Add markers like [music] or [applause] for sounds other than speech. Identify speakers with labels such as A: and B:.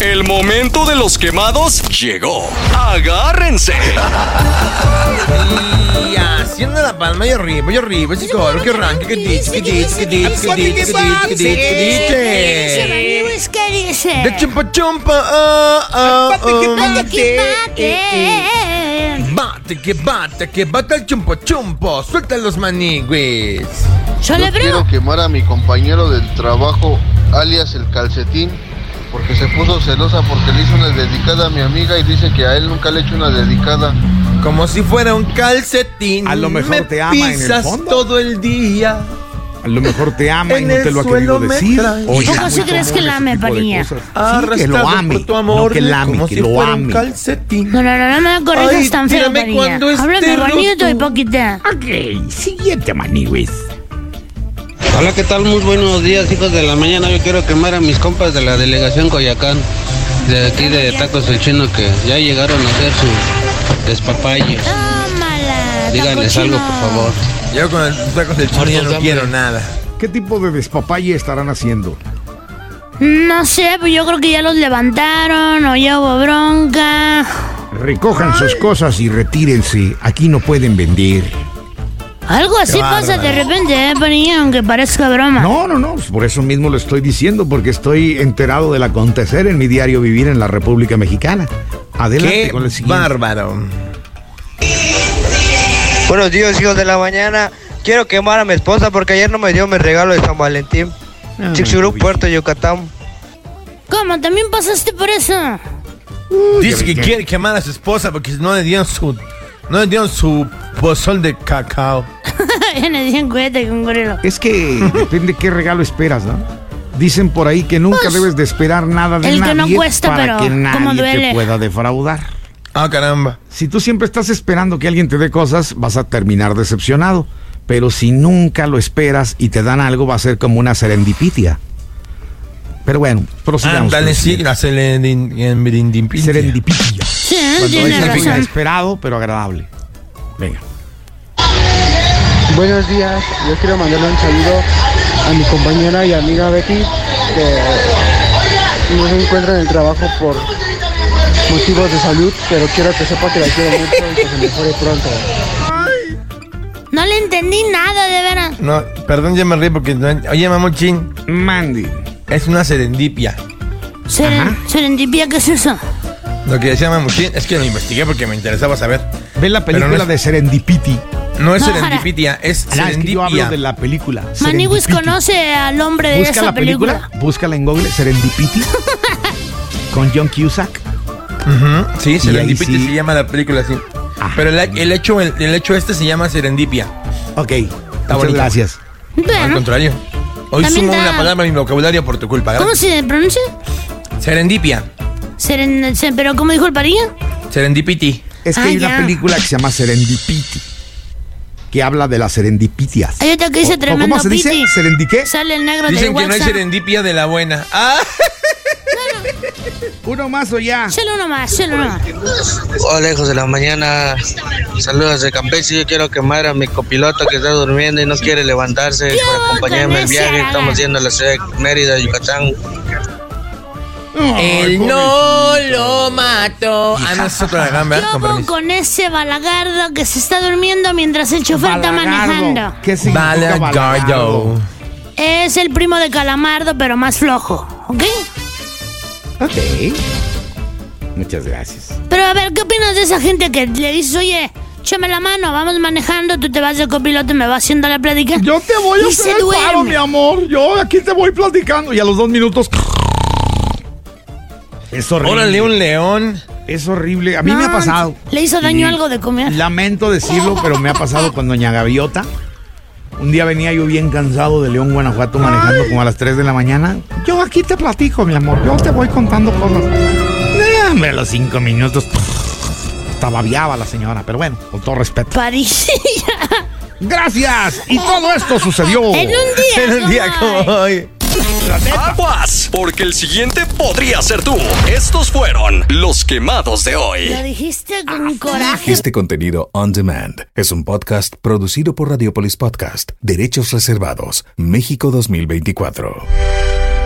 A: El momento de los quemados llegó. Agárrense.
B: Y haciendo la palma io arrivo, io arrivo, si corro, che rank, che dici, che dici, che dici, che dici, che dici, che dici,
C: Dice,
B: che dice.
C: Ramírez, ¿qué dice?
B: De chumpa chumpa, ah, ah, ah.
C: Bate, que
B: eh.
C: bate.
B: Batte che batte, che batte al chumpo chumpo, suelta los maniguis.
C: Yo le
D: Yo quiero
C: creo.
D: quemar a mi compañero del trabajo, alias el calcetín, porque se puso celosa porque le hizo una dedicada a mi amiga y dice que a él nunca le he hecho una dedicada.
B: Como si fuera un calcetín.
E: A lo mejor
B: me
E: te ama en el
B: pisas
E: fondo.
B: todo el día.
E: A lo mejor te ama y
B: En
E: no
B: el
E: te lo ha
B: suelo
E: querido
B: me
E: decir.
B: traes.
E: Oye,
C: ¿Cómo
E: es
C: sí
E: muy
C: crees que
E: común
C: la ame,
E: ese tipo de
C: María?
E: cosas. Sí, que
B: Arrastrado
E: lo ame,
B: por tu
E: no
B: amor,
E: que la ame,
B: como
E: que
B: si
E: lo
B: fuera un
E: ame.
B: calcetín.
C: No, no, no, no me corrijas
B: Ay,
C: tan feo,
B: tírame
C: Padilla.
B: cuando
C: Háblame
B: esté
C: bonito
B: roto.
C: y poquita.
E: Ok, siguiente manigüis.
F: Hola, ¿qué tal? Muy buenos días, hijos de la mañana. Yo quiero quemar a mis compas de la delegación Coyacán, de aquí de Tacos el Chino, que ya llegaron a hacer su despapalle.
C: Tómala.
F: Díganles
C: taco
F: algo,
C: chino.
F: por favor.
B: Yo con el tacos del chino ya no
F: Muertos de
B: quiero
F: hambre.
B: nada.
E: ¿Qué tipo de despapalle estarán haciendo?
C: No sé, pues yo creo que ya los levantaron o ya hubo bronca.
E: Recojan sus cosas y retírense. Aquí no pueden vender.
C: Algo así
B: Qué
C: pasa de
B: bárbaro.
C: repente, ¿eh, Padilla? Aunque parezca broma.
E: No, no, no. pues Por eso mismo lo estoy diciendo, porque estoy enterado del acontecer en mi diario vivir en la República Mexicana. Adelante
B: Qué
E: con el siguiente.
B: bárbaro.
G: Buenos días, hijos de la mañana. Quiero quemar a mi esposa porque ayer no me dio mi regalo de San Valentín.
E: Mm. Ah,
G: Chixurú, Puerto Yucatán.
C: ¿Cómo? ¿También pasaste por eso? [laughs]
B: Dice que quiere quemar a su esposa porque no le dieron su. No le dieron su pozol de cacao.
C: ya me di cuenta que un gorilo.
E: Es
C: [laughs]
E: que depende qué regalo esperas, ¿no? Dicen por ahí que nunca
C: Pues,
E: debes de esperar nada de
C: el que
E: nadie
C: no cuesta, pero
E: para que
C: ¿cómo
E: nadie
C: duele?
E: te pueda defraudar.
B: Ah, caramba.
E: Si tú siempre estás esperando que alguien te dé cosas, vas a terminar decepcionado. Pero si nunca lo esperas y te dan algo, va a ser como una serendipitia. Pero bueno, prosigamos. con
B: Ándale,
E: el
B: sí,
E: siguiente.
B: la serendin- en Mirindimpincia.
E: Serendipitia.
C: Sí, ¿eh?
E: Cuando es
C: tienes
E: algo
C: razón.
E: inesperado, pero agradable. Venga.
H: Buenos días, yo quiero mandarle un saludo a mi compañera y amiga Betty, que no se encuentra en el trabajo por motivos de salud, pero quiero que sepa que la quiero mucho y que se mejore pronto.
C: No le entendí nada, de veras.
B: No, perdón, ya me río porque. no- Oye, mamochín,
E: Mandy.
B: es una serendipia.
C: Seren-
E: Ajá.
C: Serendipia, ¿qué es eso?
B: Lo que decía mamochín es que lo investigué porque me interesaba saber.
E: Ve la
B: Pero no
E: película
B: es-
E: de Serendipity.
B: No es
C: Ojalá.
B: serendipitia, es
E: Ah, es que yo hablo
B: serendipia.
E: de la película.
C: Maniwis
E: Serendipity.
C: conoce al hombre de
E: Busca
C: esa
E: la película, búscala en
C: [laughs]
E: Google, Serendipity, con John Cusack.
B: Ujú, Sí, serendipia
E: sí.
B: se llama la película así.
E: Ah.
B: Pero el, el hecho, el, el hecho este se llama serendipia.
E: Ok, muchas
B: bonito.
E: gracias.
B: Al
C: Bueno,
B: contrario. Hoy
C: También
B: sumo
C: da-
B: una palabra a mi vocabulario por tu culpa. gracias.
C: ¿cómo se pronuncia?
B: Serendipia.
C: Seren- se- ¿Pero cómo dijo el parilla?
B: Serendipity.
E: Es que
C: Ah,
E: hay
C: ya.
E: una película que se llama Serendipity, que habla de las serendipitias.
C: Hay otra que dice
E: O- o
C: tremendo
E: ¿Cómo se dice?
C: piti.
E: ¿Serendi qué?
C: Sale el negro del
B: Dicen que no hay
C: WhatsApp.
B: serendipia de la buena. ¡Ah!
E: Uno más o ya.
C: Solo uno más, solo uno más.
F: Hola, hijos de la mañana. Saludos de Campeche. Yo quiero quemar a mi copiloto que está durmiendo y no quiere levantarse para acompañarme en el viaje. Estamos yendo a la ciudad de Mérida, Yucatán.
B: Él no lo mató. Ah, no, es otra de gamba,
C: ¿Qué
B: con
C: hago
B: permiso.
C: con ese balagardo que se está durmiendo mientras el chofer está manejando?
E: ¿Qué significa
B: Balagardo.
E: balagardo?
C: Es el primo de Calamardo, pero más flojo, ¿ok?
E: Ok. Muchas gracias.
C: Pero a ver, ¿qué opinas de esa gente que le dices, oye, échame la mano, vamos manejando, tú te vas de copiloto y me vas haciendo la plática?
E: Yo te voy
C: Y
E: a
C: se
E: hacer el
C: duerme.
E: paro, mi amor. Yo aquí te voy platicando. Y a los dos minutos. Es horrible.
B: Órale, un león.
E: Es horrible. A mí me ha
C: No,
E: pasado.
C: Le hizo daño
E: Y
C: algo de comer.
E: Lamento decirlo, pero me ha pasado con Doña Gaviota. Un día venía yo bien cansado de León, Guanajuato, manejando como a las 3 de la mañana. Yo aquí te platico, mi amor. Yo te voy contando cosas. No, hombre, a los 5 minutos. Hasta babeaba la señora, pero bueno, con todo
C: [laughs]
E: respeto.
C: Parilla.
E: ¡Gracias! Y todo esto sucedió.
C: En un día.
E: [laughs]
B: En un día
C: no
B: como
C: hay.
B: hoy.
A: Aguas, porque el siguiente podría ser tú. Estos fueron los quemados de hoy.
C: Lo dijiste
E: Ah,
C: con coraje.
I: Este contenido on demand es un podcast producido por Radiopolis Podcast, Derechos Reservados, México 2024.